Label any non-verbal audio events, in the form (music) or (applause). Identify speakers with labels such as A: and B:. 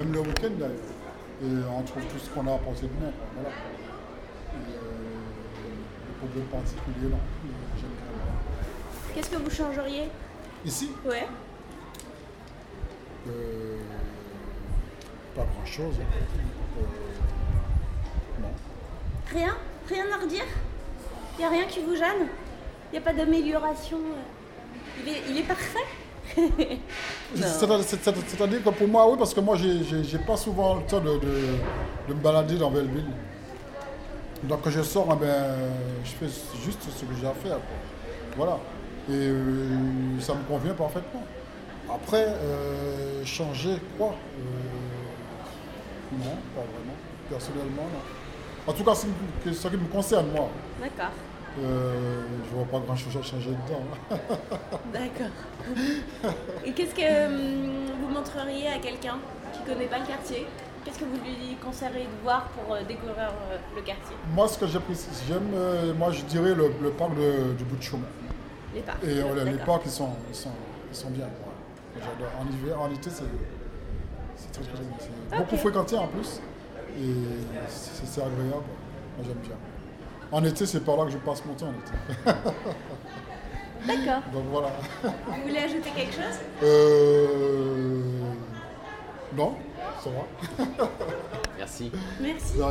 A: même le week-end, là, et on trouve tout ce qu'on a à penser de nous. quoi, Voilà. Et, euh, le problème particulier, non. J'aime bien.
B: Qu'est-ce que vous changeriez
A: Ici,
B: Ouais.
A: Euh, pas grand-chose. hein. Euh, non.
B: Rien Rien à redire Y a rien qui vous gêne Y a pas d'amélioration euh il est, il est parfait
A: C'est- c'est- c'est- C'est-à-dire que pour moi, oui, parce que moi, j'ai- j'ai j'ai pas souvent le temps de, de- de me balader dans Belleville. Donc, quand je sors, eh ben, je fais juste ce que j'ai à faire. quoi. Voilà. Et euh, ça me convient parfaitement. Après, euh, changer quoi Euh, Non, pas vraiment. Personnellement, non. En tout cas, ce qui- ce qui me concerne, moi,
B: D'accord.
A: euh, je vois pas grand-chose à changer dedans. hein.
B: D'accord. Et qu'est-ce que euh, vous montreriez à quelqu'un qui connaît pas le quartier Qu'est-ce que vous lui conseilleriez de voir pour euh, découvrir euh, le quartier
A: Moi, ce que j'apprécie, j'aime, euh, moi, je dirais le, le parc de- du bout de chemin.
B: Les parcs.
A: Et voilà, les
B: D'accord.
A: parcs, ils sont, ils sont, ils sont bien. moi. J'adore. En hiver, en été, c'est c'est très, très bien. C'est
B: Ok.
A: beaucoup fréquenté en plus. Et c'est c'est agréable. Moi, j'aime bien. En été, c'est par là que je passe mon temps. En été. (laughs)
B: D'accord.
A: Donc voilà.
B: Vous voulez ajouter quelque chose
A: Euh... Non, ça va.
C: Merci.
B: Merci.